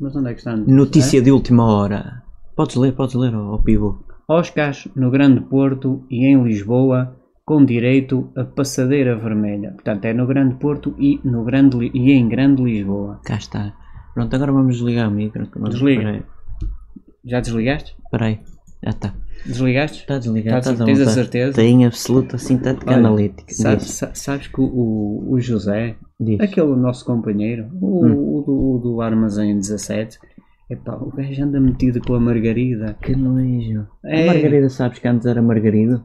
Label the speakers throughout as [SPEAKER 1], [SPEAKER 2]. [SPEAKER 1] Mas onde é que está a
[SPEAKER 2] Notícia de última hora. Podes ler, podes ler, ó ó pivô.
[SPEAKER 1] Oscars no Grande Porto e em Lisboa com direito a passadeira vermelha. Portanto, é no Grande Porto e, no grande, Li- e em Grande Lisboa.
[SPEAKER 2] Cá está. Pronto, agora vamos desligar o micro. que nós-
[SPEAKER 1] Desliga.
[SPEAKER 2] Peraí,
[SPEAKER 1] Já desligaste?
[SPEAKER 2] peraí. Já está.
[SPEAKER 1] Desligaste?
[SPEAKER 2] Ah, tá. Está desligado.
[SPEAKER 1] Tá de
[SPEAKER 2] está
[SPEAKER 1] certeza,
[SPEAKER 2] voltar.
[SPEAKER 1] certeza?
[SPEAKER 2] Tem absoluta sintética
[SPEAKER 1] Olha,
[SPEAKER 2] analítica.
[SPEAKER 1] Sabe-
[SPEAKER 2] Diz,
[SPEAKER 1] sa- sabes que o, o José,
[SPEAKER 2] diz.
[SPEAKER 1] aquele nosso companheiro, o,
[SPEAKER 2] Hum.
[SPEAKER 1] o do, o do Armazém 17, epá, o gajo anda metido com a Margarida.
[SPEAKER 2] Que nojo.
[SPEAKER 1] É.
[SPEAKER 2] A Margarida, sabes que antes era Margarido?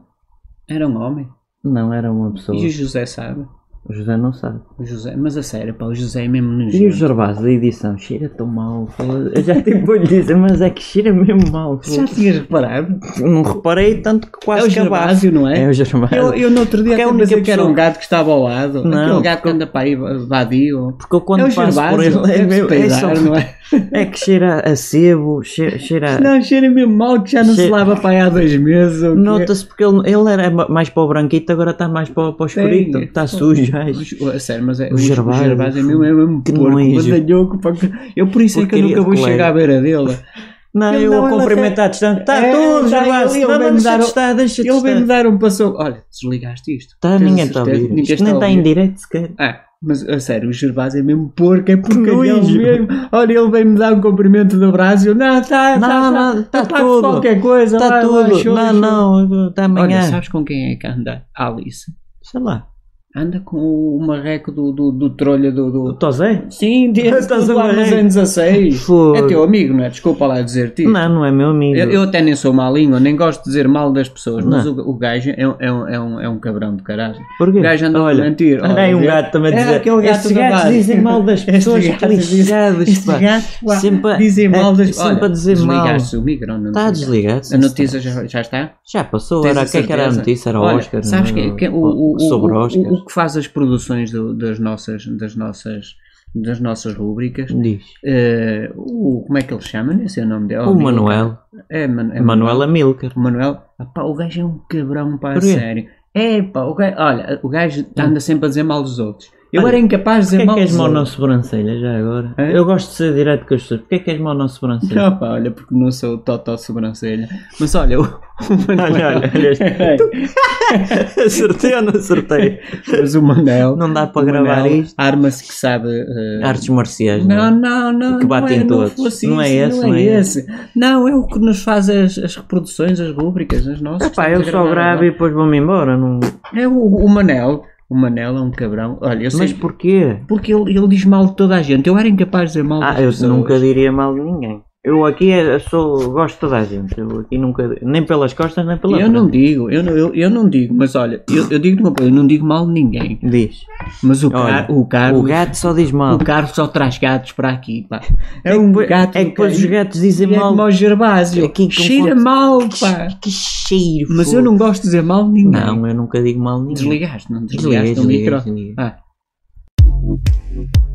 [SPEAKER 1] Era um homem.
[SPEAKER 2] Não, era uma pessoa.
[SPEAKER 1] E o José sabe?
[SPEAKER 2] O José não sabe.
[SPEAKER 1] O José, mas a sério, pá, o José é mesmo
[SPEAKER 2] E o
[SPEAKER 1] nojento.
[SPEAKER 2] Gervásio da edição? Cheira tão mal. fala- Eu já tipo vou lhe dizer, mas é que cheira mesmo mal.
[SPEAKER 1] Já tinhas reparado?
[SPEAKER 2] Não reparei tanto que
[SPEAKER 1] É o
[SPEAKER 2] quase acabasse.
[SPEAKER 1] É Gervásio, não é?
[SPEAKER 2] É o Gervásio.
[SPEAKER 1] Eu, eu no outro dia
[SPEAKER 2] Porque é
[SPEAKER 1] até
[SPEAKER 2] a única
[SPEAKER 1] pensei que era um
[SPEAKER 2] pessoa-
[SPEAKER 1] gato que estava ao lado.
[SPEAKER 2] Não,
[SPEAKER 1] Aquele gato que anda para aí vadio.
[SPEAKER 2] Porque eu quando
[SPEAKER 1] é o
[SPEAKER 2] passo por
[SPEAKER 1] Gervásio,
[SPEAKER 2] ele é,
[SPEAKER 1] deve-se
[SPEAKER 2] mesmo- é,
[SPEAKER 1] peidar,
[SPEAKER 2] só-
[SPEAKER 1] não é?
[SPEAKER 2] é que cheira a sebo, che- cheira,
[SPEAKER 1] Não, cheira mesmo mal que já não se
[SPEAKER 2] Cheira-
[SPEAKER 1] lava para aí há dois meses. ou o quê.
[SPEAKER 2] Nota-se porque ele, ele era ma- mais para o branquito, agora está mais para, o- para o escurito.
[SPEAKER 1] Tem.
[SPEAKER 2] Está sujo, é.
[SPEAKER 1] Os- A sério, mas é,
[SPEAKER 2] O
[SPEAKER 1] os- o
[SPEAKER 2] Gervásio.
[SPEAKER 1] Gervásio, é mesmo, é mesmo
[SPEAKER 2] Que
[SPEAKER 1] porco,
[SPEAKER 2] nojo.
[SPEAKER 1] badalhoco, pá, que- Eu por isso é que eu
[SPEAKER 2] Porcaria
[SPEAKER 1] nunca
[SPEAKER 2] de
[SPEAKER 1] vou
[SPEAKER 2] colega.
[SPEAKER 1] chegar à beira dele.
[SPEAKER 2] Não,
[SPEAKER 1] Ele
[SPEAKER 2] eu
[SPEAKER 1] não,
[SPEAKER 2] o
[SPEAKER 1] ele
[SPEAKER 2] cumprimento
[SPEAKER 1] até-
[SPEAKER 2] à distância. Está
[SPEAKER 1] É,
[SPEAKER 2] tudo,
[SPEAKER 1] tá,
[SPEAKER 2] Gervásio.
[SPEAKER 1] ele- ele
[SPEAKER 2] Não,
[SPEAKER 1] vem
[SPEAKER 2] mas deixa
[SPEAKER 1] dar
[SPEAKER 2] de
[SPEAKER 1] o-
[SPEAKER 2] estar, deixa de
[SPEAKER 1] Ele vem me
[SPEAKER 2] estar.
[SPEAKER 1] dar um passou. Olha, desligaste isto.
[SPEAKER 2] Tá,
[SPEAKER 1] Tens a
[SPEAKER 2] ninguém está a
[SPEAKER 1] certeza?
[SPEAKER 2] ouvir.
[SPEAKER 1] Ninguém
[SPEAKER 2] Isto nem tá
[SPEAKER 1] a
[SPEAKER 2] está
[SPEAKER 1] ouvir.
[SPEAKER 2] em direto sequer.
[SPEAKER 1] Ah, mas a sério, o Gervásio é mesmo porco, é porcalhão
[SPEAKER 2] nojo.
[SPEAKER 1] mesmo. Olha, ele vem-me dar um cumprimento do braço. e eu, Não, tá, está,
[SPEAKER 2] Não,
[SPEAKER 1] está,
[SPEAKER 2] não,
[SPEAKER 1] está.
[SPEAKER 2] tá tudo.
[SPEAKER 1] qualquer coisa.
[SPEAKER 2] Está
[SPEAKER 1] vai, vai,
[SPEAKER 2] tudo.
[SPEAKER 1] show,
[SPEAKER 2] Não,
[SPEAKER 1] show.
[SPEAKER 2] não, está
[SPEAKER 1] Olha,
[SPEAKER 2] amanhã.
[SPEAKER 1] sabes com quem é que anda? Alice.
[SPEAKER 2] Sei lá.
[SPEAKER 1] Anda com o marreco do, do, do trolha do, do-
[SPEAKER 2] O Tosé?
[SPEAKER 1] Sim, desse
[SPEAKER 2] Estás
[SPEAKER 1] do
[SPEAKER 2] a ver?
[SPEAKER 1] Armazém 16.
[SPEAKER 2] Fogo.
[SPEAKER 1] É teu amigo, não é? Desculpa lá dizer-te. isto.
[SPEAKER 2] Não, não é meu amigo.
[SPEAKER 1] Eu, eu até nem sou má língua, nem gosto de dizer mal das pessoas, mas
[SPEAKER 2] Não.
[SPEAKER 1] o, o gajo é, um- é um, é, um, é um cabrão de caralho.
[SPEAKER 2] Porquê?
[SPEAKER 1] O gajo anda a
[SPEAKER 2] Olha,
[SPEAKER 1] mentir.
[SPEAKER 2] olha aí um
[SPEAKER 1] Olha,
[SPEAKER 2] gato também a
[SPEAKER 1] é
[SPEAKER 2] dizer.
[SPEAKER 1] aquele gato
[SPEAKER 2] Estes
[SPEAKER 1] do
[SPEAKER 2] gatos
[SPEAKER 1] bar."
[SPEAKER 2] dizem mal das
[SPEAKER 1] Estes
[SPEAKER 2] pessoas,
[SPEAKER 1] gatos dizem-
[SPEAKER 2] lixados,
[SPEAKER 1] estes
[SPEAKER 2] pá.
[SPEAKER 1] gatos, pá,
[SPEAKER 2] Sempre a-
[SPEAKER 1] dizem mal
[SPEAKER 2] é-
[SPEAKER 1] das
[SPEAKER 2] Sempre a dizer mal.
[SPEAKER 1] Desligaste o micro, não
[SPEAKER 2] Está
[SPEAKER 1] desligaste?
[SPEAKER 2] desligado. sim,
[SPEAKER 1] A
[SPEAKER 2] está.
[SPEAKER 1] notícia já, já está?
[SPEAKER 2] Já passou,
[SPEAKER 1] Tens
[SPEAKER 2] era
[SPEAKER 1] a
[SPEAKER 2] o que é que era a
[SPEAKER 1] certeza?
[SPEAKER 2] notícia? Era o
[SPEAKER 1] Olha,
[SPEAKER 2] Oscar.
[SPEAKER 1] Sabes
[SPEAKER 2] não
[SPEAKER 1] que,
[SPEAKER 2] era?
[SPEAKER 1] que- é? o, o, o-
[SPEAKER 2] sobre
[SPEAKER 1] o-
[SPEAKER 2] Oscar.
[SPEAKER 1] o- o que faz as produções do- das nossas das nossas das nossas rubricas?
[SPEAKER 2] Diz.
[SPEAKER 1] eh, o, como é que ele se chama? Nem sei o nome dele.
[SPEAKER 2] O Manuel.
[SPEAKER 1] É, Man, Oh, é
[SPEAKER 2] Manuel Amilcar.
[SPEAKER 1] O Manuel, ah pá, o gajo é um cabrão, pá, a
[SPEAKER 2] Porquê? Ah.
[SPEAKER 1] sério. É, pá, o gajo, olha, o gajo anda sempre a dizer mal dos outros. Eu
[SPEAKER 2] Olha,
[SPEAKER 1] era incapaz de dizer
[SPEAKER 2] Porquê é
[SPEAKER 1] mal
[SPEAKER 2] que és
[SPEAKER 1] dos
[SPEAKER 2] mau na
[SPEAKER 1] outros.
[SPEAKER 2] sobrancelha já agora?
[SPEAKER 1] Hã?
[SPEAKER 2] Eu gosto de ser direto com as pessoas. Porquê é que és mau na sobrancelha?
[SPEAKER 1] Não, Ah, pá, olha, porque não sou o Totó Sobrancelha. Mas olha, o, o Manuel.
[SPEAKER 2] Olha, olha, olha este. acertei ou não acertei?
[SPEAKER 1] Mas o Manuel.
[SPEAKER 2] Não dá para
[SPEAKER 1] o
[SPEAKER 2] gravar
[SPEAKER 1] Manuel
[SPEAKER 2] isto.
[SPEAKER 1] Arma-se que sabe. eh,
[SPEAKER 2] Artes marciais. é?
[SPEAKER 1] Não, não, não.
[SPEAKER 2] Que batem
[SPEAKER 1] não é,
[SPEAKER 2] todos.
[SPEAKER 1] Não, fosse
[SPEAKER 2] Não é
[SPEAKER 1] isso,
[SPEAKER 2] esse,
[SPEAKER 1] não é,
[SPEAKER 2] não é
[SPEAKER 1] esse. Não, é o que nos faz as, as reproduções, as rúbricas, as nossas.
[SPEAKER 2] Epá,
[SPEAKER 1] Estamos
[SPEAKER 2] Ah, eu
[SPEAKER 1] a
[SPEAKER 2] só
[SPEAKER 1] gravar
[SPEAKER 2] gravo e depois vou-me embora. Não...
[SPEAKER 1] agora. É o, o Manel. O Manel é um cabrão. Olha, eu sei.
[SPEAKER 2] Mas porquê?
[SPEAKER 1] Porque ele, ele diz mal de toda a gente. Eu era incapaz de dizer mal das
[SPEAKER 2] Ah, eu
[SPEAKER 1] pessoas.
[SPEAKER 2] nunca diria mal de ninguém. Eu aqui é- eu sou, gosto de toda a gente. Eu aqui nunca. Nem pelas costas, nem pela
[SPEAKER 1] Eu
[SPEAKER 2] frente.
[SPEAKER 1] não digo, eu não, eu, eu não digo, mas olha, eu, eu digo uma coisa, eu não digo mal de ninguém.
[SPEAKER 2] Diz.
[SPEAKER 1] Mas o,
[SPEAKER 2] Olha,
[SPEAKER 1] Car- o
[SPEAKER 2] O
[SPEAKER 1] Carlos.
[SPEAKER 2] gato só diz mal.
[SPEAKER 1] o Carlos só traz gatos para aqui, pá. É um
[SPEAKER 2] Depois-
[SPEAKER 1] gato.
[SPEAKER 2] É que
[SPEAKER 1] do
[SPEAKER 2] depois os
[SPEAKER 1] caralho.
[SPEAKER 2] gatos dizem
[SPEAKER 1] E é
[SPEAKER 2] mal.
[SPEAKER 1] como o Gervásio.
[SPEAKER 2] Aqui com
[SPEAKER 1] Cheira
[SPEAKER 2] conto-
[SPEAKER 1] mal,
[SPEAKER 2] Que
[SPEAKER 1] pá.
[SPEAKER 2] che- Que cheiro.
[SPEAKER 1] Mas eu
[SPEAKER 2] fogo. é
[SPEAKER 1] não gosto de dizer mal de ninguém.
[SPEAKER 2] Não, eu nunca digo mal a ninguém.
[SPEAKER 1] Desligaste, Ah. não
[SPEAKER 2] Desliguei,
[SPEAKER 1] desligaste o
[SPEAKER 2] desliguei,
[SPEAKER 1] micro.
[SPEAKER 2] desliguei.
[SPEAKER 1] Ah.